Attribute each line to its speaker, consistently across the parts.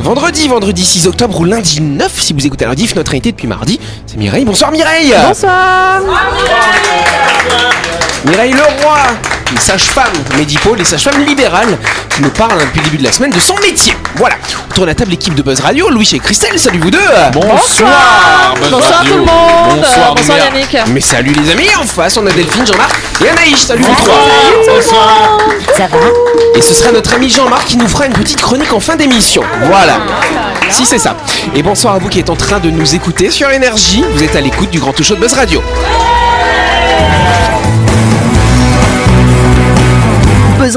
Speaker 1: Vendredi, vendredi 6 octobre ou lundi 9, si vous écoutez la rediff, notre invité depuis mardi, c'est Mireille. Bonsoir Mireille
Speaker 2: Bonsoir
Speaker 1: Mireille Leroy, une sage-femme médipole et sage-femme libérale qui nous parle depuis le début de la semaine de son métier. Voilà. Autour de la table, l'équipe de Buzz Radio, Louis et Christelle, salut vous deux
Speaker 3: Bonsoir Buzz
Speaker 2: Bonsoir
Speaker 3: Radio.
Speaker 2: tout le monde
Speaker 3: Bonsoir,
Speaker 2: Bonsoir
Speaker 3: Lumière.
Speaker 2: Yannick
Speaker 1: Mais salut les amis, en face on a Delphine, Jean-Marc et Anaïs, salut vous trois
Speaker 3: Bonsoir
Speaker 4: Ça va
Speaker 1: Et ce sera notre ami Jean-Marc qui nous fera une petite chronique en fin d'émission. Voilà. Si c'est ça. Et bonsoir à vous qui êtes en train de nous écouter sur Énergie, vous êtes à l'écoute du Grand Tout Show de Buzz Radio.
Speaker 4: Buzz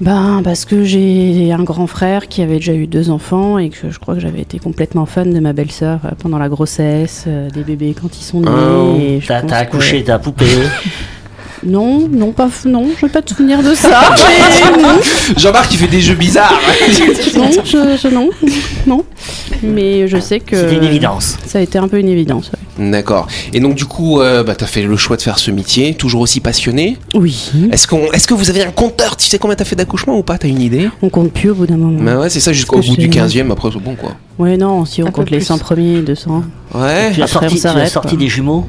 Speaker 2: Ben, parce que j'ai un grand frère qui avait déjà eu deux enfants et que je crois que j'avais été complètement fan de ma belle-sœur euh, pendant la grossesse, euh, des bébés quand ils sont nés.
Speaker 1: Oh.
Speaker 2: et je
Speaker 5: T'as
Speaker 2: pense
Speaker 5: t'as
Speaker 2: que-
Speaker 5: accouché ta poupée.
Speaker 2: Non, non, pas f- non, je vais pas te souvenir de ça. mais non,
Speaker 1: Jean-Marc, il fait des jeux bizarres.
Speaker 2: non, je, je- non, non. Mais je sais que
Speaker 5: C'est une évidence.
Speaker 2: ça a été un peu une évidence. ouais.
Speaker 1: D'accord. Et donc, du coup, euh, bah, t'as fait le choix de faire ce métier, toujours aussi passionné.
Speaker 2: Oui,
Speaker 1: Est-ce qu'on, est-ce que vous avez un compteur Tu sais combien t'as fait d'accouchements ou pas T'as une idée
Speaker 2: on compte plus au bout d'un moment.
Speaker 1: Bah ouais, c'est ça, jusqu'au
Speaker 2: Parce que
Speaker 1: bout du
Speaker 2: j'ai-
Speaker 1: 15e, après, c'est bon, quoi.
Speaker 2: Ouais, non, si on
Speaker 6: Un peu
Speaker 2: compte les
Speaker 6: plus.
Speaker 2: 100 premiers, 200.
Speaker 1: Ouais.
Speaker 5: Tu as
Speaker 2: Après, on
Speaker 5: sorti, tu as
Speaker 2: s'arrête,
Speaker 5: sorti
Speaker 2: quoi.
Speaker 5: des jumeaux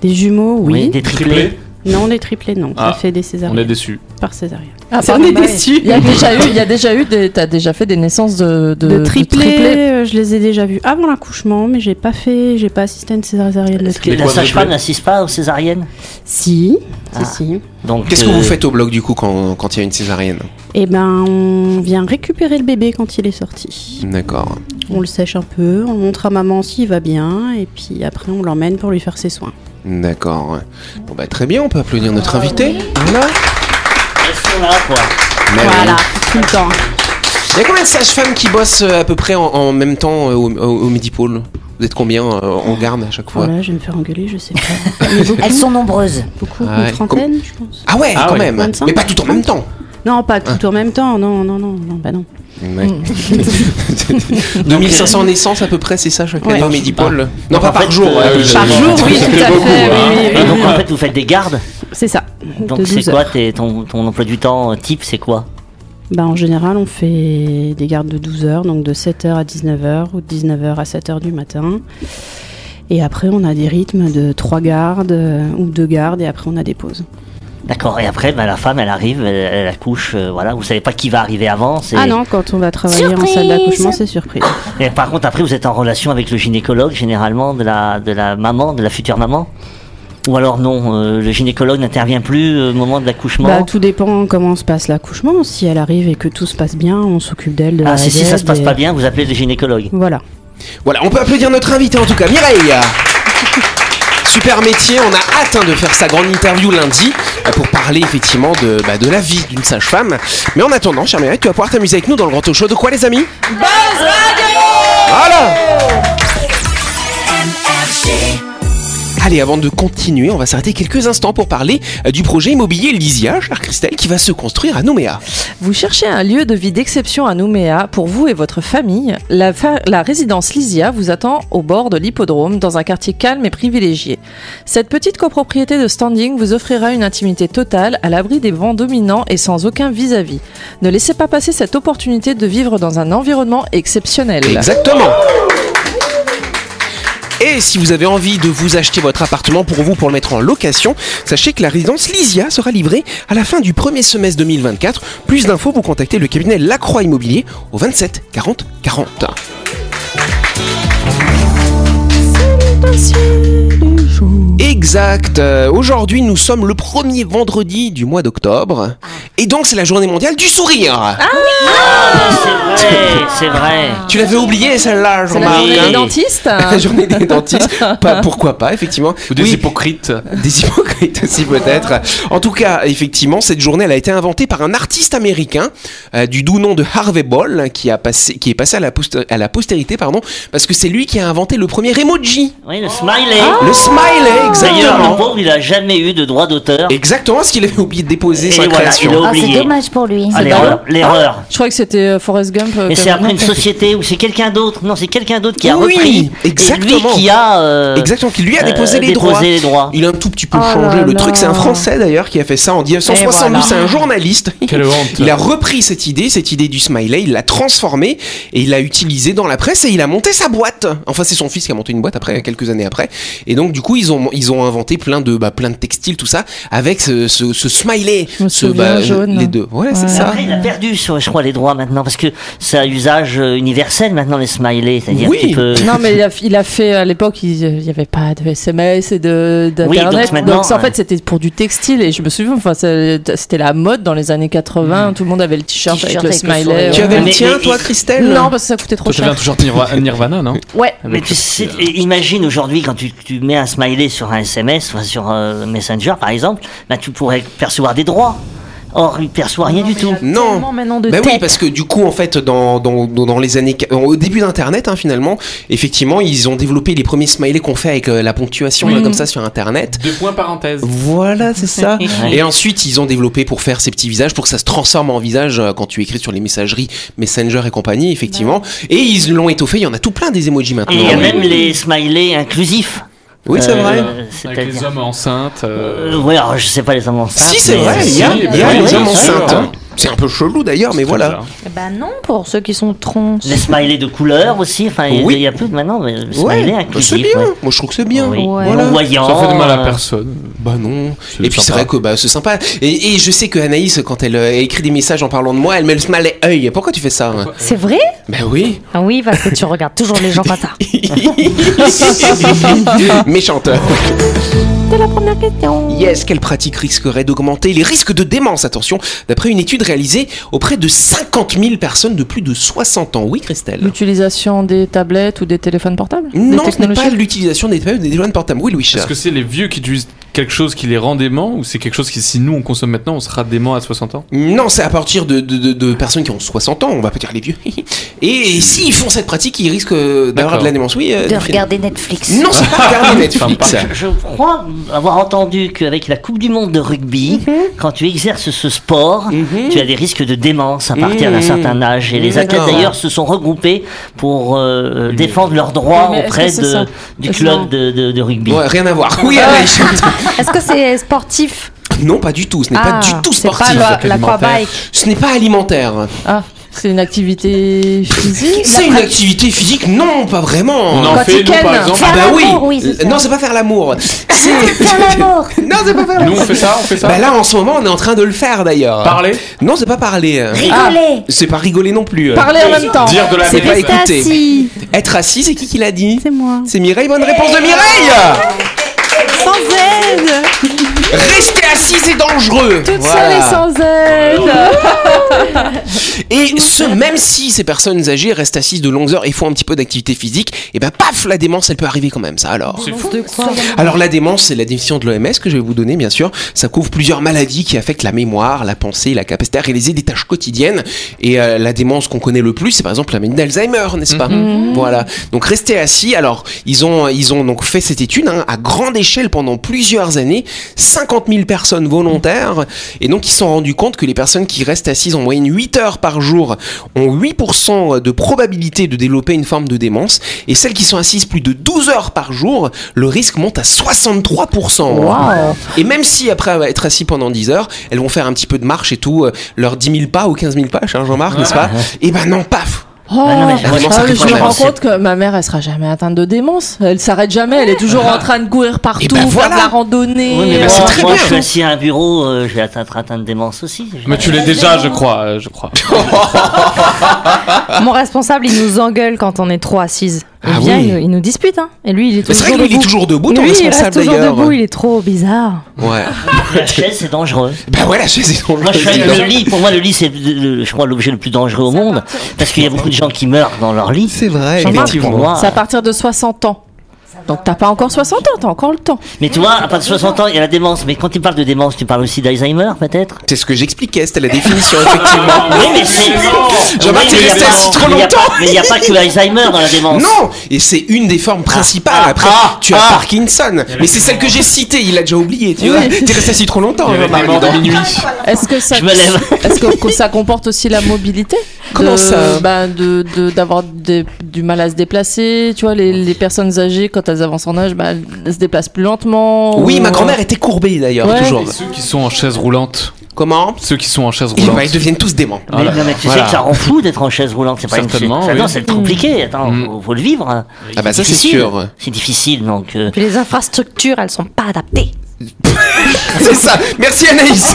Speaker 2: Des jumeaux, oui.
Speaker 5: Des triplés
Speaker 2: Non, des triplés, non.
Speaker 3: Ah,
Speaker 2: ça fait des
Speaker 3: On est
Speaker 2: césariennes.
Speaker 3: déçus.
Speaker 2: Par césarienne.
Speaker 6: Ah,
Speaker 2: C'est- on
Speaker 6: pardon,
Speaker 2: est
Speaker 6: bah oui.
Speaker 2: déçus.
Speaker 6: Il y a déjà eu, il y a déjà eu des, t'as déjà fait des naissances de, de,
Speaker 2: de
Speaker 6: de
Speaker 2: triplés, euh, je les ai déjà vus avant l'accouchement, mais j'ai pas fait, j'ai pas assisté à une césarienne de
Speaker 5: Est-ce que
Speaker 3: Mais
Speaker 5: la
Speaker 3: quoi,
Speaker 5: sage-femme
Speaker 3: triplés
Speaker 5: n'assiste pas aux césariennes
Speaker 2: Si,
Speaker 5: Ah.
Speaker 2: si, si.
Speaker 5: Donc,
Speaker 1: Qu'est-ce que
Speaker 5: euh,
Speaker 1: vous faites au bloc, du coup, quand quand il y a une césarienne
Speaker 2: Et ben, on vient récupérer le bébé quand il est sorti.
Speaker 1: D'accord.
Speaker 2: On le sèche un peu, on le montre à maman s'il va bien, et puis après on l'emmène pour lui faire ses soins.
Speaker 1: D'accord. ouais. Bon, bah, très bien, on peut applaudir notre invité. Voilà.
Speaker 5: Elles sont là, quoi.
Speaker 1: Mais oui.
Speaker 2: voilà, tout le temps.
Speaker 1: Il y a combien de sages-femmes qui bossent euh, à peu près en, en même temps euh, au, au, au Midipôle Vous êtes combien euh, en garde à chaque fois
Speaker 2: Voilà, je vais me faire engueuler, je sais pas.
Speaker 4: Elles sont nombreuses.
Speaker 2: Beaucoup,
Speaker 1: Ah ouais.
Speaker 2: une trentaine, je pense.
Speaker 1: Ah ouais,
Speaker 3: Ah
Speaker 1: quand
Speaker 3: ouais.
Speaker 1: même
Speaker 2: 25.
Speaker 1: Mais pas tout en même temps
Speaker 2: Non, pas
Speaker 1: Ah.
Speaker 2: tout en même temps, non, non, non, non, bah non.
Speaker 1: Ouais. 2500 naissances à peu près, c'est ça chaque
Speaker 2: Ouais.
Speaker 1: année au Midipôle Non,
Speaker 5: Donc,
Speaker 1: pas
Speaker 5: en
Speaker 1: par
Speaker 5: fait,
Speaker 1: jour.
Speaker 5: euh,
Speaker 1: ouais,
Speaker 3: oui,
Speaker 1: je-
Speaker 2: Par
Speaker 3: Bon,
Speaker 2: jour,
Speaker 3: ça
Speaker 2: oui,
Speaker 3: fait
Speaker 2: tout à
Speaker 3: beaucoup,
Speaker 2: fait,
Speaker 3: hein.
Speaker 2: oui, oui,
Speaker 5: ah. Et
Speaker 2: oui,
Speaker 5: donc,
Speaker 2: oui.
Speaker 5: en fait, vous faites des gardes.
Speaker 2: C'est ça. de
Speaker 5: Donc,
Speaker 2: 12
Speaker 5: c'est
Speaker 2: heures.
Speaker 5: quoi tes- ton, ton emploi du temps euh, type C'est quoi
Speaker 2: Bah, en général, on fait des gardes de 12 heures, donc de 7h à 19h ou de 19h à 7h du matin. Et après, on a des rythmes de 3 gardes euh, ou 2 gardes, et après, on a des pauses.
Speaker 5: D'accord. Et après, bah, la femme, elle arrive, elle, elle accouche. euh, voilà. Vous savez pas qui va arriver avant. c'est-
Speaker 2: Ah non, quand on va travailler en salle
Speaker 4: Surprise
Speaker 2: d'accouchement, c'est surprise.
Speaker 5: Et par contre, après, vous êtes en relation avec le gynécologue, généralement, de la, de la maman, de la future maman Ou alors non, euh, le gynécologue n'intervient plus euh, au moment de l'accouchement
Speaker 2: Bah, tout dépend comment se passe l'accouchement. Si elle arrive et que tout se passe bien, on s'occupe d'elle. De
Speaker 5: Ah,
Speaker 2: la
Speaker 5: si, si ça se passe
Speaker 2: et-
Speaker 5: pas bien, vous appelez le gynécologue.
Speaker 2: Voilà.
Speaker 1: Voilà, on peut applaudir notre invité en tout cas, Mireille Super métier, on a hâte hein, de faire sa grande interview lundi euh, pour parler effectivement de, bah, de la vie d'une sage-femme. Mais en attendant, chère Mireille, tu vas pouvoir t'amuser avec nous dans le grand talk show de quoi les amis Buzz Radio Voilà Allez, avant de continuer, on va s'arrêter quelques instants pour parler euh, du projet immobilier Lysia, chère Christelle, qui va se construire à Nouméa.
Speaker 6: Vous cherchez un lieu de vie d'exception à Nouméa pour vous et votre famille la, fa- la résidence Lysia vous attend au bord de l'hippodrome dans un quartier calme et privilégié. Cette petite copropriété de standing vous offrira une intimité totale à l'abri des vents dominants et sans aucun vis-à-vis. Ne laissez pas passer cette opportunité de vivre dans un environnement exceptionnel.
Speaker 1: Exactement Et si vous avez envie de vous acheter votre appartement pour vous pour le mettre en location, sachez que la résidence Lysia sera livrée à la fin du premier semestre 2024. Plus d'infos, vous contactez le cabinet Lacroix Immobilier au 27 40 40. Exact. Euh, Aujourd'hui, nous sommes le premier vendredi du mois d'octobre.
Speaker 6: Ah.
Speaker 1: Et donc, c'est la journée mondiale du sourire.
Speaker 2: Bah.
Speaker 5: Ouais, c'est vrai.
Speaker 1: tu l'avais oublié, celle-là,
Speaker 6: C'est la
Speaker 1: Jean-Marc.
Speaker 6: journée des
Speaker 1: hein.
Speaker 6: dentistes.
Speaker 1: La journée des dentistes. Pas, pourquoi pas, effectivement.
Speaker 3: Ou des
Speaker 1: Oui,
Speaker 3: hypocrites.
Speaker 1: des hypocrites aussi, peut-être. En tout cas, effectivement, cette journée, elle a été inventée par un artiste américain euh, du doux nom de Harvey Ball, qui, a passé, qui est passé à la, posté- à la postérité, pardon, parce que c'est lui qui a inventé le premier emoji.
Speaker 5: Oui, le smiley.
Speaker 1: Ah, Le smiley,
Speaker 5: Ah. D'ailleurs, le
Speaker 1: exactement.
Speaker 5: pauvre, il a jamais eu de droit d'auteur.
Speaker 1: Exactement parce qu'il avait oublié de déposer
Speaker 5: Et
Speaker 1: sa
Speaker 5: voilà,
Speaker 1: création.
Speaker 5: il a
Speaker 7: Ah, c'est
Speaker 5: oublié.
Speaker 7: dommage pour lui.
Speaker 5: Ah, l'erreur. l'erreur.
Speaker 6: Je crois que c'était euh, Forrest Gump. euh,
Speaker 1: Ah,
Speaker 5: Mais
Speaker 6: que-
Speaker 5: c'est après une société ou c'est quelqu'un d'autre. Non, c'est quelqu'un d'autre qui a
Speaker 1: Oui,
Speaker 5: repris. Et
Speaker 1: exactement.
Speaker 5: lui qui a. euh,
Speaker 1: Exactement, qui lui a
Speaker 5: euh,
Speaker 1: déposé les droits.
Speaker 5: les droits.
Speaker 1: Il a un tout petit peu
Speaker 7: Oh
Speaker 1: changé
Speaker 7: là
Speaker 1: le
Speaker 7: là.
Speaker 1: truc. C'est un Français d'ailleurs qui a fait ça en 1972.
Speaker 6: Et voilà.
Speaker 1: C'est un journaliste.
Speaker 3: Quelle honte.
Speaker 1: Il a repris cette idée, cette idée du smiley, il l'a transformée et il l'a utilisée dans la presse et il a monté sa boîte. Enfin, c'est son fils qui a monté une boîte après, quelques années après. Et donc, du coup, ils ont, ils ont inventé plein de, bah, plein de textiles, tout ça, avec ce, ce, ce smiley.
Speaker 6: Je me
Speaker 1: ce,
Speaker 6: souviens,
Speaker 1: bah,
Speaker 6: jaune.
Speaker 1: Les deux. Voilà, c'est
Speaker 6: Ouais.
Speaker 1: ça.
Speaker 5: Après, il a perdu, sur- je crois, les droits maintenant, parce que c'est à usage euh, universel maintenant, les smileys. C'est-à-dire
Speaker 1: Oui.
Speaker 5: que tu peux-
Speaker 6: Non, mais il a, il a fait à l'époque, il n'y avait pas de SMS et de-
Speaker 5: Oui,
Speaker 6: d'internet.
Speaker 5: donc maintenant,
Speaker 6: donc, en
Speaker 5: ouais.
Speaker 6: fait, c'était pour du textile. Et je me souviens, enfin, c'est- c'était la mode dans les années 80. Tout le monde avait le t-shirt
Speaker 7: T-shirt
Speaker 6: avec le
Speaker 7: avec le
Speaker 6: smiley.
Speaker 7: sourire.
Speaker 1: Tu
Speaker 6: ouais.
Speaker 1: avais le euh.
Speaker 5: Mais-
Speaker 1: tien,
Speaker 5: mais-
Speaker 1: toi, Christelle
Speaker 6: Non, parce que ça coûtait trop
Speaker 3: Toi, t'avais un toujours
Speaker 6: cher.
Speaker 3: Nirva- Nirvana, non
Speaker 6: Ouais.
Speaker 5: Mais tu sais, imagine aujourd'hui quand tu, tu mets un smiley sur un SMS, enfin, sur euh, Messenger par exemple, bah, tu pourrais percevoir des droits. Or, il perçoit rien du tout.
Speaker 1: Non.
Speaker 6: Tellement maintenant de
Speaker 1: Bah oui,
Speaker 6: tech.
Speaker 1: parce que du coup, en fait, dans, dans, dans dans les années, au début d'Internet, hein, finalement, effectivement, ils ont développé les premiers smileys qu'on fait avec euh, la ponctuation,
Speaker 3: Oui.
Speaker 1: là, comme ça, sur Internet.
Speaker 3: Deux points parenthèses.
Speaker 1: Voilà, c'est ça.
Speaker 5: Ouais.
Speaker 1: Et ensuite, ils ont développé pour faire ces petits visages, pour que ça se transforme en visage euh, quand tu écris sur les messageries Messenger et compagnie, effectivement. Et ils l'ont étoffé. Il y en a tout plein des emojis
Speaker 5: Et
Speaker 1: maintenant.
Speaker 5: il y a
Speaker 1: Ah oui,
Speaker 5: même les smileys inclusifs.
Speaker 1: c'est
Speaker 5: Euh,
Speaker 1: vrai.
Speaker 3: Avec les
Speaker 5: C'est-à-dire.
Speaker 3: hommes enceintes. euh,
Speaker 5: Euh, ouais, alors, je sais pas les hommes enceintes.
Speaker 1: Si, c'est
Speaker 5: mais-
Speaker 1: vrai. Il y a,
Speaker 3: si,
Speaker 1: il y a
Speaker 3: bah
Speaker 1: les
Speaker 3: oui, bien
Speaker 1: hommes
Speaker 3: sûr.
Speaker 1: enceintes, hein. C'est un peu chelou d'ailleurs, mais
Speaker 3: c'est
Speaker 1: voilà.
Speaker 3: bizarre.
Speaker 7: Bah non, pour ceux qui sont troncs.
Speaker 5: Les smileys de couleur aussi. Enfin, il y a-
Speaker 1: Oui.
Speaker 5: il y a plus de maintenant, mais le
Speaker 1: Ouais,
Speaker 5: smiley
Speaker 1: bah, c'est
Speaker 5: inclusif.
Speaker 1: bien.
Speaker 5: ouais.
Speaker 1: Moi, je trouve que c'est bien.
Speaker 5: Oui.
Speaker 1: Voilà.
Speaker 5: Voyant,
Speaker 3: Ça fait de mal à
Speaker 5: euh,
Speaker 3: personne.
Speaker 1: Bah non.
Speaker 3: C'est
Speaker 1: Et puis c'est
Speaker 3: sympa.
Speaker 1: vrai que bah, c'est sympa. Et, et je sais que Anaïs, quand elle euh, écrit des messages en parlant de moi, elle met le smiley œil. Pourquoi tu fais ça hein
Speaker 7: C'est vrai
Speaker 1: Bah oui.
Speaker 7: Ah oui, parce que tu regardes toujours les gens comme ça.
Speaker 1: Méchante. C'est la première question. Yes, quelle pratique risquerait d'augmenter les risques de démence Attention, d'après une étude réalisée auprès de 50 000 personnes de plus de 60 ans. Oui, Christelle
Speaker 6: L'utilisation des tablettes ou des téléphones portables
Speaker 1: Non,
Speaker 6: Des
Speaker 1: ce n'est pas
Speaker 6: technologies
Speaker 1: l'utilisation des téléphones des téléphones portables. Oui, Louis.
Speaker 3: Est-ce que c'est les vieux qui utilisent quelque chose qui les rend déments ou c'est quelque chose qui, si nous on consomme maintenant, on sera dément à 60 ans
Speaker 1: Non, c'est à partir de, de- de- de personnes qui ont 60 ans, on va pas dire les vieux. Et, s'ils font cette pratique, ils risquent euh, d'avoir
Speaker 3: D'accord.
Speaker 1: de la démence. Oui, euh,
Speaker 7: De
Speaker 1: Delphine.
Speaker 7: regarder Netflix.
Speaker 1: Non, c'est pas regarder Netflix.
Speaker 3: Sympa.
Speaker 5: Je crois avoir entendu qu'avec la Coupe du Monde de rugby,
Speaker 1: Mhm.
Speaker 5: quand tu exerces ce sport, tu as des risques de démence à partir d'un
Speaker 1: Mhm.
Speaker 5: certain âge. Et les athlètes
Speaker 1: D'accord.
Speaker 5: d'ailleurs se sont regroupés pour euh, défendre leurs droits
Speaker 6: Mais est-ce
Speaker 5: auprès
Speaker 6: que c'est
Speaker 5: de-
Speaker 6: ça
Speaker 5: du
Speaker 6: Est-ce
Speaker 5: club
Speaker 6: non
Speaker 5: de, de- de rugby.
Speaker 1: Ouais, rien à voir. Oui,
Speaker 7: Ah.
Speaker 1: Anaïs.
Speaker 7: Est-ce que c'est sportif
Speaker 1: Non, pas du tout. Ce n'est pas
Speaker 7: Ah,
Speaker 1: du tout
Speaker 7: c'est
Speaker 1: sportif.
Speaker 7: pas la-
Speaker 3: c'est
Speaker 7: l'aquabike.
Speaker 1: Ce n'est pas alimentaire.
Speaker 6: Ah, c'est une activité physique
Speaker 1: C'est une activité physique Non, pas vraiment.
Speaker 3: On en fait, nous
Speaker 6: Quotidienne.
Speaker 3: par exemple.
Speaker 1: Ah
Speaker 7: Faire
Speaker 1: bah oui.
Speaker 7: l'amour, oui, c'est ça.
Speaker 1: non, c'est pas faire l'amour. C'est
Speaker 7: Faire l'amour
Speaker 1: Non, c'est pas faire
Speaker 3: Nous
Speaker 1: l'amour.
Speaker 3: on fait ça, on fait ça.
Speaker 1: Bah là, en ce moment, on est en train de le faire d'ailleurs.
Speaker 3: Parler
Speaker 1: Non, c'est pas parler. hein.
Speaker 2: Ah,
Speaker 7: Rigoler
Speaker 1: C'est pas rigoler non plus.
Speaker 6: Parler en même temps
Speaker 3: Dire de la
Speaker 1: C'est pas
Speaker 3: merde.
Speaker 1: écouter.
Speaker 7: Rester assis
Speaker 1: Être assis, c'est qui qui l'a dit
Speaker 2: C'est moi.
Speaker 1: C'est Mireille. Bonne réponse de Mireille.
Speaker 6: Sans aide
Speaker 1: Rester assis, c'est dangereux.
Speaker 6: Toute
Speaker 1: Voilà.
Speaker 6: seule et sans aide
Speaker 1: Et ce, même si ces personnes âgées restent assises de longues heures et font un petit peu d'activité physique, et ben paf, la démence, elle peut arriver quand même, ça alors.
Speaker 3: C'est fou.
Speaker 1: Alors la démence, c'est la définition de l'OMS que je vais vous donner, bien sûr. Ça couvre plusieurs maladies qui affectent la mémoire, la pensée, la capacité à réaliser des tâches quotidiennes. Et euh, la démence qu'on connaît le plus, c'est par exemple la maladie d'Alzheimer, n'est-ce pas Voilà. Donc rester assis. Alors ils ont, ils ont donc fait cette étude hein, à grande échelle pendant plusieurs années, 50 000 personnes volontaires. Et donc ils se sont rendus compte que les personnes qui restent assises en moyenne 8 heures par jour ont 8% de probabilité de développer une forme de démence. Et celles qui sont assises plus de 12 heures par jour, le risque monte à 63%.
Speaker 6: Waouh
Speaker 1: Et même si après être assis pendant 10 heures, elles vont faire un petit peu de marche et tout, euh, leurs 10 000 pas ou 15 000 pas, hein, Jean-Marc, n'est-ce pas Et ben non, paf
Speaker 6: Oh,
Speaker 5: Ah non, mais je-
Speaker 6: ah,
Speaker 5: moi,
Speaker 6: je,
Speaker 5: je pense que faut
Speaker 6: me
Speaker 5: le
Speaker 6: rends
Speaker 5: penser.
Speaker 6: compte que ma mère, elle sera jamais atteinte de démence. Elle s'arrête jamais. Elle est toujours en train de courir partout,
Speaker 1: ben
Speaker 6: faire
Speaker 1: voilà.
Speaker 6: de la randonnée.
Speaker 5: Oui, mais
Speaker 6: euh,
Speaker 5: moi,
Speaker 1: c'est très
Speaker 5: moi,
Speaker 1: bien.
Speaker 5: je suis assis à un bureau, euh, je vais atteindre, atteindre démence aussi.
Speaker 3: Mais tu l'es déjà, je crois. euh, Je crois.
Speaker 7: Mon responsable, il nous engueule quand on est trop assises. Il
Speaker 1: Ah
Speaker 7: vient,
Speaker 1: oui.
Speaker 7: il, il nous dispute, hein. Et lui, il est
Speaker 1: C'est
Speaker 7: toujours
Speaker 1: vrai qu'il
Speaker 7: debout.
Speaker 1: est toujours debout, ton
Speaker 7: Lui, il reste
Speaker 1: responsable
Speaker 7: toujours
Speaker 1: d'ailleurs.
Speaker 7: debout, il est trop bizarre.
Speaker 1: Ouais.
Speaker 5: La chaise, c'est dangereux.
Speaker 1: Bah voilà, j'ai dans
Speaker 5: Moi, je suis allé- le
Speaker 1: le
Speaker 5: lit, pour moi, le lit, c'est, le- je crois, l'objet le plus dangereux au monde. Parce qu'il y a beaucoup de gens qui meurent dans leur lit.
Speaker 1: C'est vrai,
Speaker 5: Jean-Marc, pour
Speaker 1: effectivement.
Speaker 5: moi,
Speaker 6: C'est à partir de 60 ans. Donc t'as pas encore 60 ans, t'as encore le temps.
Speaker 5: Mais tu vois, à partir de 60 ans, il y a la démence. Mais quand tu parles de démence, tu parles aussi d'Alzheimer, peut-être
Speaker 1: C'est ce que j'expliquais, c'était la définition, effectivement.
Speaker 5: Oui, mais c'est.
Speaker 1: Jean-Marc,
Speaker 5: Oui, mais
Speaker 1: t'es
Speaker 5: il y a
Speaker 1: resté
Speaker 5: pas-
Speaker 1: assis trop
Speaker 5: mais il y a
Speaker 1: longtemps.
Speaker 5: pas- Mais il n'y a pas que Alzheimer dans la démence.
Speaker 1: Non Et c'est une des formes principales.
Speaker 5: Ah,
Speaker 1: Après,
Speaker 5: ah,
Speaker 1: tu as
Speaker 5: ah.
Speaker 1: Parkinson. Mais c'est celle que j'ai citée, il a déjà oublié, tu vois. T'es resté assis trop longtemps, hein,
Speaker 3: Il y avait
Speaker 1: Jean-Marc,
Speaker 3: des morts de
Speaker 1: dedans.
Speaker 3: minuit.
Speaker 6: Est-ce que ça,
Speaker 5: Je me lève.
Speaker 6: est-ce que co- ça comporte aussi la mobilité
Speaker 1: Comment
Speaker 6: De-
Speaker 1: ça
Speaker 6: ben, de, de- d'avoir des- du mal à se déplacer. Tu vois, les, les personnes âgées, quand elles avancent en âge, ben, elles se déplacent plus lentement.
Speaker 1: Oui,
Speaker 6: Ou-
Speaker 1: ma grand-mère était courbée d'ailleurs,
Speaker 6: Ouais.
Speaker 1: toujours.
Speaker 3: Et ceux qui sont en chaise roulante.
Speaker 1: Comment
Speaker 3: Ceux qui sont en chaise
Speaker 1: Eh ben, Ils,
Speaker 3: roulante.
Speaker 1: deviennent tous déments.
Speaker 5: Mais,
Speaker 3: Voilà.
Speaker 5: non, mais tu
Speaker 3: Ah Voilà.
Speaker 5: sais que ça rend fou d'être en chaise roulante, c'est pas une
Speaker 3: Certainement,
Speaker 5: ça-
Speaker 3: oui.
Speaker 5: non, c'est compliqué. Attends,
Speaker 3: Mm.
Speaker 5: faut, faut le vivre.
Speaker 1: Ah bah ça, c'est
Speaker 5: difficile.
Speaker 1: sûr.
Speaker 5: C'est difficile, donc. euh,
Speaker 7: Puis les infrastructures, elles sont pas adaptées.
Speaker 1: C'est ça. Merci Anaïs.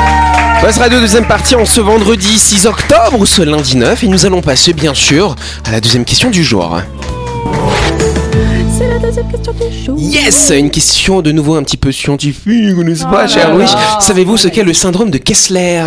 Speaker 1: Buzz Radio deuxième partie en ce vendredi 6 octobre ou ce lundi 9 et nous allons passer bien sûr à la deuxième question du jour.
Speaker 6: C'est la deuxième question du show.
Speaker 1: Yes, une question de nouveau un petit peu scientifique, n'est-ce
Speaker 6: Oh
Speaker 1: pas, cher Louis Savez-vous ce qu'est le syndrome de Kessler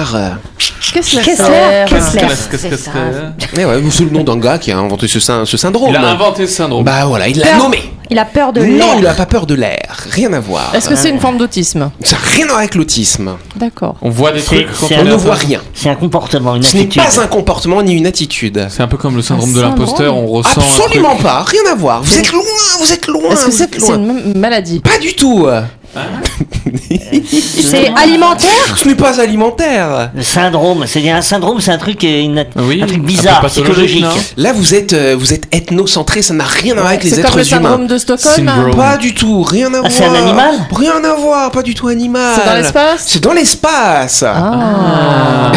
Speaker 6: Qu'est-ce
Speaker 7: Kessler,
Speaker 6: que c'est
Speaker 7: Kessler.
Speaker 3: Qu'est-ce que- qu'est-ce que-
Speaker 7: Bah, C'est
Speaker 1: Mais Eh ouais, c'est le nom d'un gars qui a inventé ce, syn- ce syndrome.
Speaker 3: Il a inventé ce syndrome.
Speaker 1: Bah voilà, il l'a
Speaker 7: Peur
Speaker 1: nommé.
Speaker 7: Il a peur de
Speaker 1: Non,
Speaker 7: l'air.
Speaker 1: il a pas peur de l'air, rien à voir.
Speaker 6: euh, Est-ce que c'est une forme d'autisme
Speaker 1: Ça n'a rien à voir avec l'autisme.
Speaker 6: D'accord.
Speaker 3: On voit des
Speaker 5: C'est-
Speaker 3: trucs quand
Speaker 5: c'est
Speaker 3: on
Speaker 1: On
Speaker 3: est
Speaker 1: ne
Speaker 3: à
Speaker 1: voit
Speaker 3: ça.
Speaker 1: rien.
Speaker 5: C'est un comportement, une
Speaker 1: Ce n'est
Speaker 5: attitude.
Speaker 1: pas un comportement ni une attitude.
Speaker 3: C'est un peu comme le syndrome de
Speaker 7: syndrome.
Speaker 3: l'imposteur, on ressent. un truc.
Speaker 1: Absolument pas, rien à voir. Vous êtes loin, vous êtes loin.
Speaker 6: Est-ce que
Speaker 1: vous
Speaker 6: c'est,
Speaker 1: êtes loin.
Speaker 6: c'est une m- maladie
Speaker 1: Pas du tout.
Speaker 7: C'est alimentaire
Speaker 1: Ce n'est pas alimentaire.
Speaker 5: Le syndrome, c'est il y a un syndrome, c'est un truc, qui est une-
Speaker 3: Ah Oui,
Speaker 5: un truc
Speaker 3: un peu
Speaker 5: bizarre,
Speaker 3: pathologique,
Speaker 5: psychologique.
Speaker 3: non
Speaker 1: Là, vous êtes, euh, vous êtes ethnocentré, ça n'a rien à voir avec les
Speaker 6: C'est comme le
Speaker 1: êtres
Speaker 6: syndrome
Speaker 1: humains.
Speaker 6: de Stockholm. hein.
Speaker 3: Syndrome.
Speaker 1: Pas du tout, rien à voir.
Speaker 5: Ah, c'est un animal
Speaker 1: Rien à voir, pas du tout animal.
Speaker 6: C'est dans l'espace
Speaker 1: Ah,
Speaker 6: Ah.
Speaker 1: C'est dans l'espace. Ah.
Speaker 3: Euh,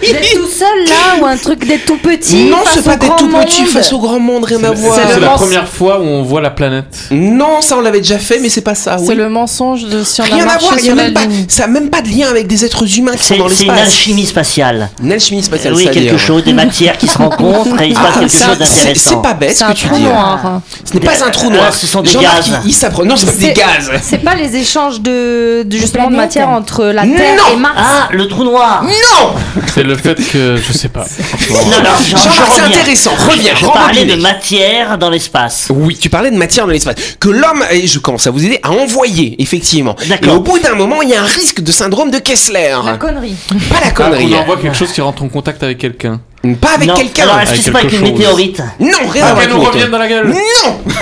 Speaker 7: D'être Ah. tout seul là ou un truc d'être tout petit
Speaker 1: non,
Speaker 7: face
Speaker 1: c'est pas
Speaker 7: au
Speaker 1: des
Speaker 7: grand
Speaker 1: tout petits
Speaker 7: monde.
Speaker 1: face au grand monde, rien à voir.
Speaker 3: C'est
Speaker 6: le
Speaker 3: la
Speaker 6: mens-
Speaker 3: première fois où on voit la planète.
Speaker 1: Non, ça on l'avait déjà fait, mais c'est pas ça.
Speaker 6: C'est
Speaker 1: ah oui.
Speaker 6: le mensonge de si on a
Speaker 1: Rien à
Speaker 6: marché
Speaker 1: voir, il y a
Speaker 6: sur la
Speaker 1: même pas,
Speaker 6: Lune.
Speaker 1: ça a même pas de lien avec des êtres humains qui sont
Speaker 5: C'est
Speaker 1: dans
Speaker 5: c'est une
Speaker 1: l'espace.
Speaker 5: alchimie spatiale.
Speaker 1: Une alchimie spatiale,
Speaker 5: oui,
Speaker 1: ça veut
Speaker 5: quelque
Speaker 1: dire.
Speaker 5: chose, des matières qui se rencontrent et il se passe quelque
Speaker 1: C'est-
Speaker 5: chose
Speaker 1: c'est Ah, c'est
Speaker 5: d'intéressant.
Speaker 1: pas bête
Speaker 6: C'est
Speaker 1: ce que
Speaker 6: un
Speaker 1: tu
Speaker 6: trou
Speaker 1: dis.
Speaker 6: noir.
Speaker 7: Ah.
Speaker 6: hein.
Speaker 1: Ce n'est pas un trou
Speaker 5: Euh,
Speaker 1: noir.
Speaker 5: ce sont des
Speaker 1: Jean-Marc,
Speaker 5: gaz.
Speaker 1: Il, il s'approche. Non, c'est pas des
Speaker 7: C'est-
Speaker 1: gaz.
Speaker 7: C'est pas les échanges de, de- justement de
Speaker 2: planètes.
Speaker 7: matière entre la Terre
Speaker 1: Non.
Speaker 7: et Mars.
Speaker 5: Ah, le trou noir
Speaker 1: Non,
Speaker 3: C'est le fait que. Je sais pas.
Speaker 5: Non, non, je- je
Speaker 1: Jean-Marc, c'est
Speaker 5: reviens.
Speaker 1: intéressant. Reviens.
Speaker 5: Je parlais de
Speaker 1: rembobine.
Speaker 5: matière dans l'espace.
Speaker 1: Oui, tu parlais de matière dans l'espace. Que l'homme, et je commence à vous aider, à envoyer, effectivement. Et
Speaker 5: D'accord.
Speaker 1: au bout d'un moment, il y a un risque de syndrome de Kessler.
Speaker 7: La connerie.
Speaker 1: Pas
Speaker 5: Ah,
Speaker 1: la connerie.
Speaker 3: Ah,
Speaker 1: Ah, hein.
Speaker 3: On envoie quelque chose qui rentre en contact avec quelqu'un.
Speaker 1: Pas avec
Speaker 5: Non. Alors,
Speaker 1: quelqu'un.
Speaker 5: est-ce que
Speaker 3: Avec
Speaker 5: c'est pas avec
Speaker 3: quelque
Speaker 5: une
Speaker 3: chose.
Speaker 5: météorite
Speaker 1: Non, rien à
Speaker 3: Ah,
Speaker 1: voir
Speaker 3: qu'elle
Speaker 1: avec
Speaker 3: nous
Speaker 1: l'autre.
Speaker 3: revienne dans la gueule
Speaker 1: Non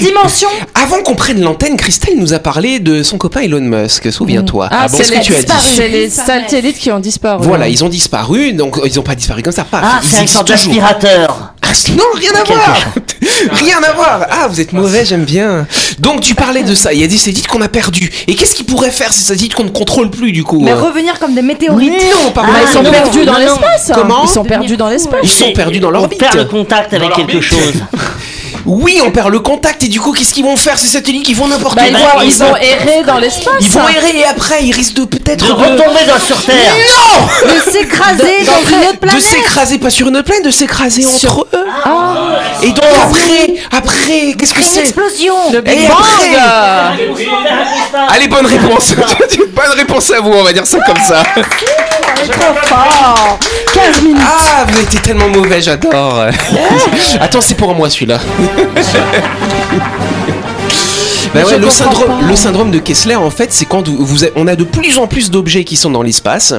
Speaker 7: Dimension
Speaker 1: Avant qu'on prenne l'antenne, Christelle nous a parlé de son copain Elon Musk, souviens-toi.
Speaker 6: Ah,
Speaker 1: bon,
Speaker 6: c'est
Speaker 1: ce
Speaker 6: les-
Speaker 1: que tu as dit.
Speaker 6: C'est les satellites qui ont disparu.
Speaker 1: Voilà, ils ont disparu, donc euh, ils n'ont pas disparu comme ça. Paf,
Speaker 5: Ah,
Speaker 1: ils
Speaker 5: c'est un
Speaker 1: existent
Speaker 5: sort
Speaker 1: toujours.
Speaker 5: d'aspirateur.
Speaker 1: Ah, c- non, rien à
Speaker 5: Quelque
Speaker 1: voir Rien à voir Ah, vous êtes mauvais, j'aime bien. Donc, tu parlais de ça. Il y a des satellites qu'on a perdus. Et qu'est-ce qu'ils pourraient faire ces satellites qu'on ne contrôle plus, du coup
Speaker 7: Mais
Speaker 1: hein
Speaker 7: revenir comme des météorites.
Speaker 1: Non, pas
Speaker 6: Bah,
Speaker 1: mal.
Speaker 6: ils sont
Speaker 5: non,
Speaker 6: perdus dans
Speaker 5: non,
Speaker 6: l'espace. hein.
Speaker 1: Comment
Speaker 6: Ils sont perdus dans l'espace.
Speaker 1: Ils sont
Speaker 5: C'est-
Speaker 1: perdus dans
Speaker 5: On
Speaker 1: l'orbite.
Speaker 5: perd le contact avec
Speaker 3: Dans
Speaker 5: quelque
Speaker 3: l'orbite.
Speaker 5: chose.
Speaker 1: Oui, on perd le contact. Et du coup, qu'est-ce qu'ils vont faire ces satellites Ils vont n'importe
Speaker 6: Bah, ils,
Speaker 1: où.
Speaker 6: vont, ils vont errer dans l'espace.
Speaker 1: Ils vont er- errer et après, ils risquent de peut-être
Speaker 5: De
Speaker 1: de-
Speaker 5: retomber dans, sur Terre.
Speaker 7: De s'écraser dans une autre
Speaker 1: de
Speaker 7: planète. Ah.
Speaker 1: s'écraser, pas sur une planète, de s'écraser entre eux. Et donc après, après, qu'est-ce que
Speaker 7: Oh, Une
Speaker 1: c'est
Speaker 7: explosion.
Speaker 6: Le Big
Speaker 1: Et après Ah.
Speaker 6: Bang
Speaker 1: Allez, bonne réponse. bonne réponse à vous, on va dire ça comme ça.
Speaker 6: Ah,
Speaker 7: 15 minutes.
Speaker 1: Ah, vous étiez tellement mauvais, j'adore. Attends, c'est pour moi celui-là. Bah ouais,
Speaker 6: je
Speaker 1: le,
Speaker 6: comprends
Speaker 1: syndrome,
Speaker 6: pas.
Speaker 1: le syndrome de Kessler, en fait, c'est quand vous- vous a- on a de plus en plus d'objets qui sont dans l'espace.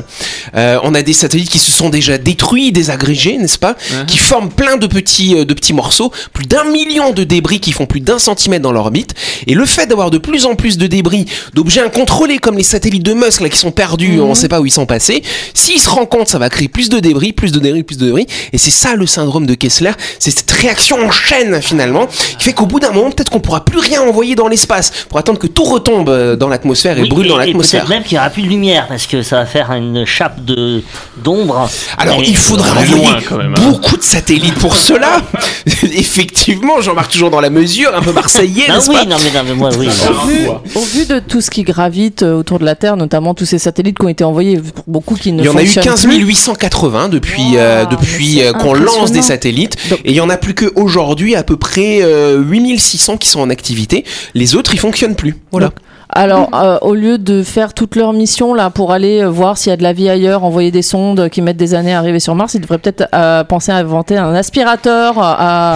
Speaker 1: Euh, on a des satellites qui se sont déjà détruits, désagrégés, n'est-ce pas
Speaker 6: Uh-huh.
Speaker 3: Mhm.
Speaker 1: Qui forment plein de petits, euh, de petits morceaux, plus d'un million de débris qui font plus d'un centimètre dans l'orbite. Et le fait d'avoir de plus en plus de débris, d'objets incontrôlés comme les satellites de Musk là, qui sont perdus, on ne sait pas où ils sont passés, s'ils se rendent compte, ça va créer plus de débris, plus de débris, plus de débris. Et c'est ça le syndrome de Kessler, c'est cette réaction en chaîne finalement, qui fait qu'au bout d'un moment, peut-être qu'on pourra plus rien envoyer dans l'espace pour attendre que tout retombe euh, dans l'atmosphère et
Speaker 5: Oui,
Speaker 1: brûle dans
Speaker 5: et
Speaker 1: l'atmosphère.
Speaker 5: Peut-être même qu'il n'y aura plus de lumière parce que ça va faire une chape de d'ombre.
Speaker 1: Alors,
Speaker 5: Et-
Speaker 1: il faudra
Speaker 3: on est
Speaker 1: envoyer
Speaker 3: loin, quand même, hein.
Speaker 1: beaucoup de satellites pour cela. Effectivement, j'en marque toujours dans la mesure, un peu marseillais,
Speaker 5: Ah
Speaker 1: n'est-ce
Speaker 5: oui,
Speaker 1: pas
Speaker 5: non mais, non, mais moi, oui.
Speaker 6: Au vu, au vu de tout ce qui gravite euh, autour de la Terre, notamment tous ces satellites qui ont été envoyés, pour beaucoup qui ne
Speaker 1: Il y en a eu
Speaker 6: fonctionnent
Speaker 1: 15
Speaker 6: plus.
Speaker 1: 880 depuis, euh,
Speaker 7: Waouh,
Speaker 1: depuis
Speaker 7: mais c'est
Speaker 1: euh, qu'on lance des
Speaker 7: impressionnant.
Speaker 1: satellites. Et il y en a plus qu'aujourd'hui à peu près euh, 8600 qui sont en activité. Les autres, ils fonctionnent plus. Voilà.
Speaker 6: Alors, euh, au lieu de faire toute leur mission là pour aller euh, voir s'il y a de la vie ailleurs, envoyer des sondes qui mettent des années à arriver sur Mars, ils devraient peut-être euh, penser à inventer un aspirateur euh,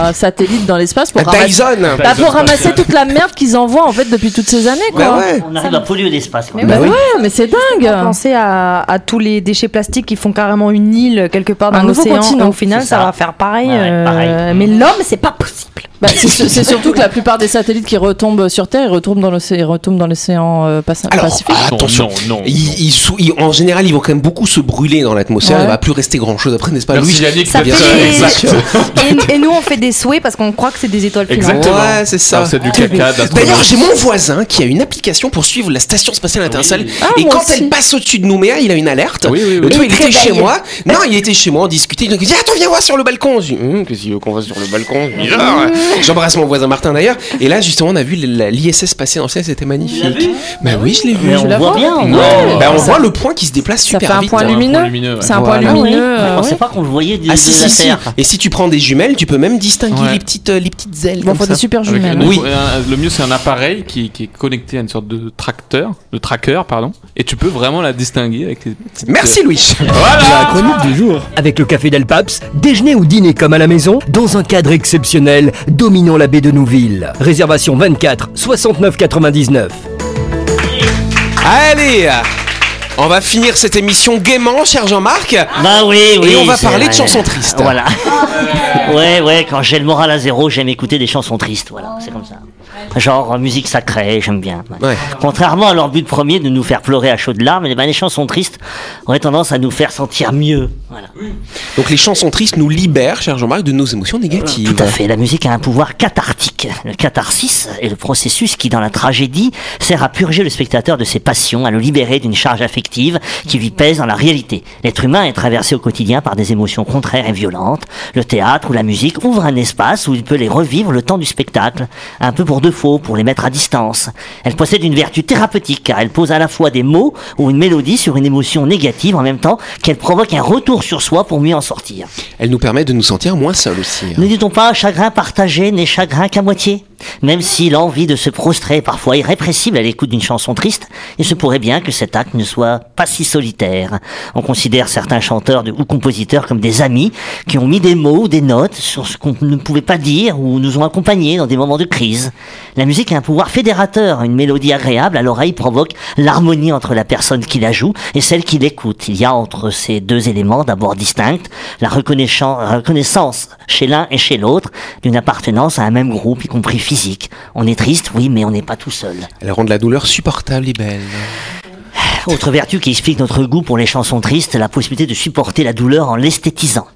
Speaker 6: à satellite dans l'espace pour,
Speaker 1: Ah,
Speaker 6: ramasser,
Speaker 1: Dyson
Speaker 6: bah, pour ramasser toute la merde qu'ils envoient en fait depuis toutes ces années. Quoi.
Speaker 1: Bah ouais.
Speaker 5: On arrive à polluer l'espace. quoi.
Speaker 7: Mais
Speaker 6: Bah
Speaker 1: Bah oui.
Speaker 6: ouais, mais c'est dingue.
Speaker 7: Pensez à, à tous les déchets plastiques qui font carrément une île quelque part dans
Speaker 6: Un nouveau
Speaker 7: l'océan.
Speaker 6: continent.
Speaker 7: Au final,
Speaker 5: C'est
Speaker 7: ça.
Speaker 5: ça.
Speaker 7: va faire pareil.
Speaker 5: Ouais,
Speaker 7: euh,
Speaker 5: pareil.
Speaker 7: Mais l'homme, c'est pas possible.
Speaker 6: Bah, c'est su- c'est surtout que la plupart des satellites qui retombent sur Terre, ils retombent dans l'océan, ils retombent dans l'océan euh, Paci-
Speaker 1: Alors,
Speaker 6: Pacifique.
Speaker 1: ah, attention.
Speaker 3: Non, non, non.
Speaker 1: Ils- ils sou- ils- en général, ils vont quand même beaucoup se brûler dans l'atmosphère.
Speaker 6: Ouais.
Speaker 1: Il va plus rester grand chose après, n'est-ce pas, Louis
Speaker 3: Merci Yannick,
Speaker 7: Ça
Speaker 3: bien
Speaker 7: fait
Speaker 3: sûr,
Speaker 7: des-
Speaker 3: exact.
Speaker 7: Et, et nous, on fait des souhaits parce qu'on croit que c'est des étoiles filantes.
Speaker 3: Exactement.
Speaker 1: Ouais, c'est ça. Bah,
Speaker 3: Ah, C'est du caca.
Speaker 1: D'ailleurs, j'ai mon voisin qui a une application pour suivre la station spatiale internationale.
Speaker 6: Ah,
Speaker 1: et
Speaker 6: moi
Speaker 1: quand
Speaker 6: aussi.
Speaker 1: elle passe au-dessus de Nouméa, il a une alerte.
Speaker 3: Oui, oui, oui.
Speaker 1: Le truc, il
Speaker 7: Il te
Speaker 1: était chez
Speaker 7: réveille.
Speaker 1: moi. Non, il était chez moi, on discutait. Donc il dit Attends, viens voir sur le balcon. Je dis Hum, Qu'est-ce qu'il veut qu'on va sur le balcon C'est bizarre. J'embrasse mon voisin Martin d'ailleurs. Et là, justement, on a vu la- l'ISS passer dans le ciel, c'était magnifique. Bah oui, je l'ai vu.
Speaker 5: Mais
Speaker 6: Tu la
Speaker 5: on voit
Speaker 6: vois
Speaker 5: bien. on
Speaker 3: Non.
Speaker 5: voit-
Speaker 1: Bah, on voit le point qui se déplace
Speaker 6: Ça
Speaker 1: super
Speaker 6: fait un
Speaker 1: vite.
Speaker 6: point
Speaker 1: hein.
Speaker 6: lumineux.
Speaker 3: lumineux, ouais.
Speaker 6: C'est un point
Speaker 1: Voilà.
Speaker 5: Ah oui,
Speaker 6: lumineux.
Speaker 5: je
Speaker 6: euh,
Speaker 5: pensais
Speaker 6: ouais.
Speaker 5: pas qu'on le voyait de,
Speaker 1: Ah
Speaker 5: de
Speaker 1: si,
Speaker 5: la
Speaker 1: si, si.
Speaker 5: Terre.
Speaker 1: Et si tu prends des jumelles, tu peux même distinguer
Speaker 3: Ouais.
Speaker 1: les, petites, euh, les petites ailes.
Speaker 6: Bon,
Speaker 1: comme
Speaker 6: faut
Speaker 1: ça.
Speaker 6: des super
Speaker 3: Avec
Speaker 6: jumelles.
Speaker 3: un-
Speaker 1: Oui.
Speaker 3: un- le mieux, c'est un appareil qui, qui est connecté à une sorte de tracteur, de tracker, pardon, et tu peux vraiment la distinguer avec les petites-
Speaker 1: Merci Louis.
Speaker 8: La chronique du jour.
Speaker 9: Avec le café Del Paps, déjeuner ou dîner comme à la maison, dans un cadre exceptionnel dominant la baie de Nouville. Réservation 24 69 99.
Speaker 1: Allez, on va finir cette émission gaiement, cher Jean-Marc.
Speaker 5: Bah oui, oui.
Speaker 1: on va
Speaker 5: c'est
Speaker 1: parler de
Speaker 5: vrai.
Speaker 1: chansons tristes.
Speaker 5: Voilà. ouais, ouais, quand j'ai le moral à zéro, j'aime écouter des chansons tristes, voilà, c'est comme ça. Genre euh, musique sacrée, j'aime bien.
Speaker 1: Ouais.
Speaker 5: Contrairement à leur but premier de nous faire pleurer à chaudes larmes, eh ben, les chansons tristes auraient tendance à nous faire sentir mieux. Voilà.
Speaker 1: Donc les chansons tristes nous libèrent, cher Jean-Marc, de nos émotions négatives.
Speaker 5: Tout à fait. La musique a un pouvoir cathartique. Le catharsis est le processus qui, dans la tragédie, sert à purger le spectateur de ses passions, à le libérer d'une charge affective qui lui pèse dans la réalité. L'être humain est traversé au quotidien par des émotions contraires et violentes. Le théâtre ou la musique ouvre un espace où il peut les revivre le temps du spectacle, un peu pour de faux, pour les mettre à distance. Elle possède une vertu thérapeutique car elle pose à la fois des mots ou une mélodie sur une émotion négative en même temps qu'elle provoque un retour sur soi pour mieux en sortir.
Speaker 1: Elle nous permet de nous sentir moins seuls aussi. hein.
Speaker 5: Ne dit-on pas, chagrin partagé n'est chagrin qu'à moitié Même si l'envie de se prostrer est parfois irrépressible à l'écoute d'une chanson triste, il se pourrait bien que cet acte ne soit pas si solitaire. On considère certains chanteurs de- ou compositeurs comme des amis qui ont mis des mots ou des notes sur ce qu'on ne pouvait pas dire ou nous ont accompagnés dans des moments de crise. La musique a un pouvoir fédérateur, une mélodie agréable à l'oreille provoque l'harmonie entre la personne qui la joue et celle qui l'écoute. Il y a entre ces deux éléments d'abord distincts la reconnaissance, reconnaissance chez l'un et chez l'autre d'une appartenance à un même groupe, y compris physique. On est triste, oui, mais on n'est pas tout seul.
Speaker 1: Elle rend de la douleur supportable et belle.
Speaker 5: Autre vertu qui explique notre goût pour les chansons tristes, la possibilité de supporter la douleur en l'esthétisant.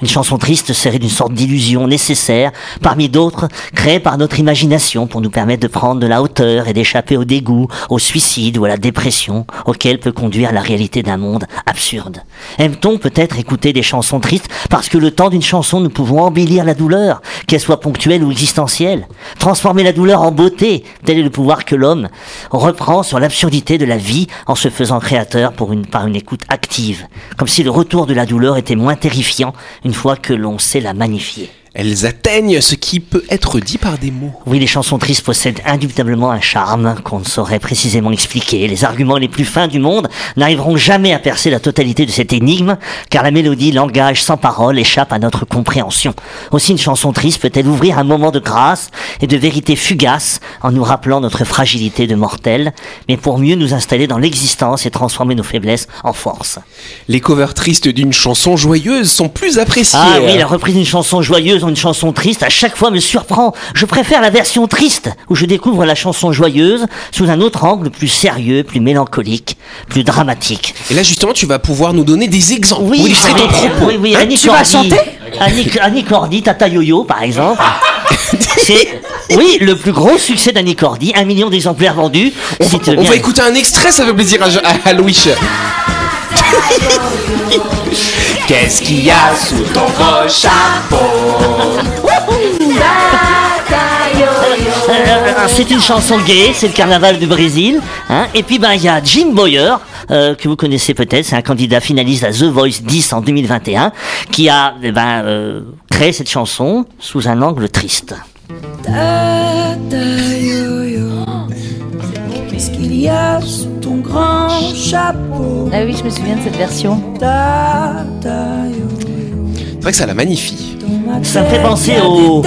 Speaker 5: Une chanson triste serait d'une sorte d'illusion nécessaire, parmi d'autres, créée par notre imagination pour nous permettre de prendre de la hauteur et d'échapper au dégoût, au suicide ou à la dépression auquel peut conduire la réalité d'un monde absurde. Aime-t-on peut-être écouter des chansons tristes parce que le temps d'une chanson nous pouvons embellir la douleur, qu'elle soit ponctuelle ou existentielle, transformer la douleur en beauté, tel est le pouvoir que l'homme reprend sur l'absurdité de la vie en se faisant créateur pour une, par une écoute active, comme si le retour de la douleur était moins terrifiant une fois que l'on sait la magnifier.
Speaker 1: Elles atteignent ce qui peut être dit par des mots.
Speaker 5: Oui, les chansons tristes possèdent indubitablement un charme qu'on ne saurait précisément expliquer. Les arguments les plus fins du monde n'arriveront jamais à percer la totalité de cette énigme, car la mélodie, langage sans parole échappe à notre compréhension. Aussi, une chanson triste peut-elle ouvrir un moment de grâce et de vérité fugace en nous rappelant notre fragilité de mortels, mais pour mieux nous installer dans l'existence et transformer nos faiblesses en force.
Speaker 1: Les covers tristes d'une chanson joyeuse sont plus appréciées.
Speaker 5: Ah oui, la reprise d'une chanson joyeuse en une chanson triste à chaque fois me surprend. Je préfère la version triste où je découvre la chanson joyeuse sous un autre angle plus sérieux, plus mélancolique, plus dramatique.
Speaker 1: Et là justement, tu vas pouvoir nous donner des exemples. Oui, c'est
Speaker 5: avec-
Speaker 1: ton propos. Hein,
Speaker 5: oui, oui, Annie
Speaker 7: tu vas
Speaker 5: Cordy.
Speaker 7: chanter
Speaker 5: Annie, Annie Cordy, Tata Yo-Yo, par exemple.
Speaker 1: Ah.
Speaker 5: C'est, oui, le plus gros succès d'Annie Cordy, un million d'exemplaires vendus.
Speaker 1: On,
Speaker 5: C'est,
Speaker 1: va,
Speaker 5: euh,
Speaker 1: on
Speaker 5: bien-
Speaker 1: va écouter un extrait, ça fait plaisir à, à, à Louis. Qu'est-ce qu'il y a sous ton gros chapeau
Speaker 5: Euh, c'est une chanson gay, c'est le carnaval du Brésil. hein. Et puis ben il y a Jim Boyer, euh, que vous connaissez peut-être, c'est un candidat finaliste à The Voice 10 en 2021, qui a eh ben, euh, créé cette chanson sous un angle triste.
Speaker 10: Qu'est-ce qu'il y a sous ton grand chapeau
Speaker 7: Ah oui, je me souviens de cette version.
Speaker 10: Tata yo.
Speaker 1: C'est vrai que ça la magnifie.
Speaker 5: Ça me fait penser au,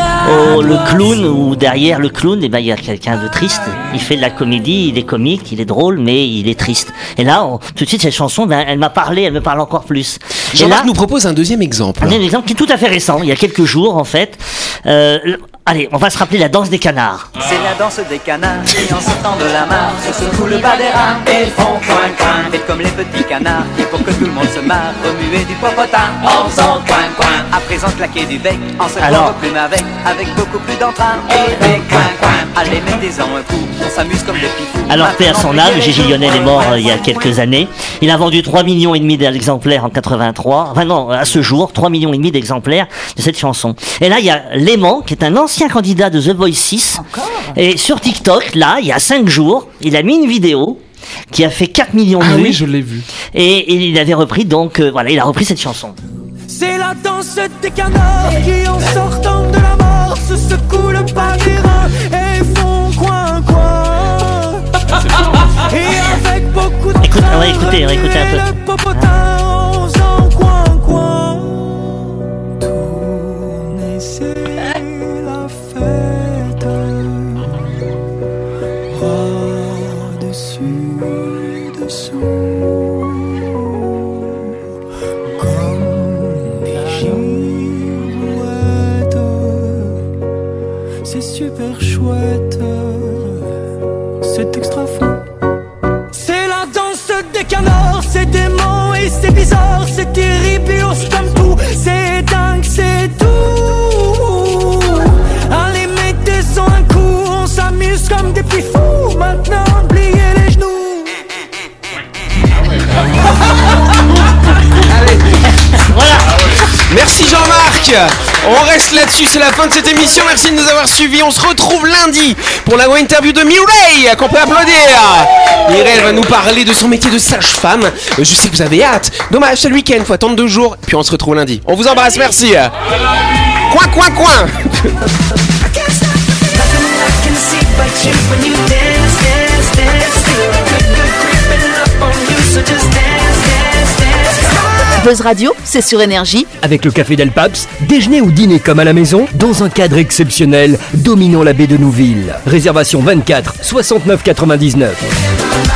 Speaker 5: au- le clown où derrière le clown, eh ben, il y a quelqu'un de triste. Il fait de la comédie, il est comique, il est drôle, mais il est triste. Et là, on- tout de suite, cette chanson, ben, elle m'a parlé, elle me parle encore plus. Et
Speaker 1: Jean-Marc
Speaker 5: là-
Speaker 1: nous propose un deuxième exemple.
Speaker 5: Un exemple qui est tout à fait récent, il y a quelques jours en fait. Euh, le- allez, on va se rappeler la danse des canards.
Speaker 3: Ah.
Speaker 10: C'est la danse des canards qui en sortant de la mare se secouent le bas des rats et font coin coin. Faites comme les petits canards et pour que tout le monde se marre, remuez du popotin en faisant coin coin. À présent claquer du bec en se
Speaker 5: Alors.
Speaker 10: Alors... plume avec, avec beaucoup plus d'entrain et
Speaker 9: Eh ben,
Speaker 10: des coin coin. Allez mettez-en un coup, on s'amuse comme des pifous.
Speaker 5: Alors paix à
Speaker 3: Ah,
Speaker 5: son âme, Gégé Lionel est mort euh, il y a quelques années. Il a vendu 3 millions et demi d'exemplaires en 83. Enfin non, à ce jour, 3 millions et demi d'exemplaires de cette chanson. Et là, il y a Léman qui est un ancien candidat de The Voice 6. Et sur TikTok, là, il y a 5 jours, il a mis une vidéo qui a fait 4 millions de
Speaker 3: Ah
Speaker 5: vues.
Speaker 3: oui, je l'ai vu.
Speaker 5: et, et il avait repris donc euh, voilà, il a repris cette chanson.
Speaker 10: C'est la danse des canards qui en sortant de la mort se secouent le pas des reins et font coin coin. Et avec beaucoup de
Speaker 5: Écoute, on va écouter, on va écouter un peu.
Speaker 10: le popotin en faisant coin coin. Tournez, c'est la fête. Par-dessus, dessous. Comme des girouettes. C'est super chouette, c'est extra fou. C'est la danse des canards, c'est dément et c'est bizarre, c'est terrible et on se comme tout, c'est dingue, c'est tout. Allez, mettez-en un coup, on s'amuse comme des petits fous, maintenant pliez les genoux.
Speaker 1: Merci Jean-Marc On reste là-dessus, c'est la fin de cette émission. Merci de nous avoir suivis. On se retrouve lundi pour la grande interview de Mireille, qu'on peut applaudir. Mireille va nous parler de son métier de sage-femme. Euh, Je sais que vous avez hâte. Dommage, c'est le week-end, faut attendre deux jours. Puis on se retrouve lundi. On vous embrasse, merci. Coin, coin, coin
Speaker 4: Buzz Radio, c'est sur énergie
Speaker 9: Avec le café Del Paps, déjeuner ou dîner comme à la maison, dans un cadre exceptionnel dominant la baie de Nouville. Réservation 24 69 99.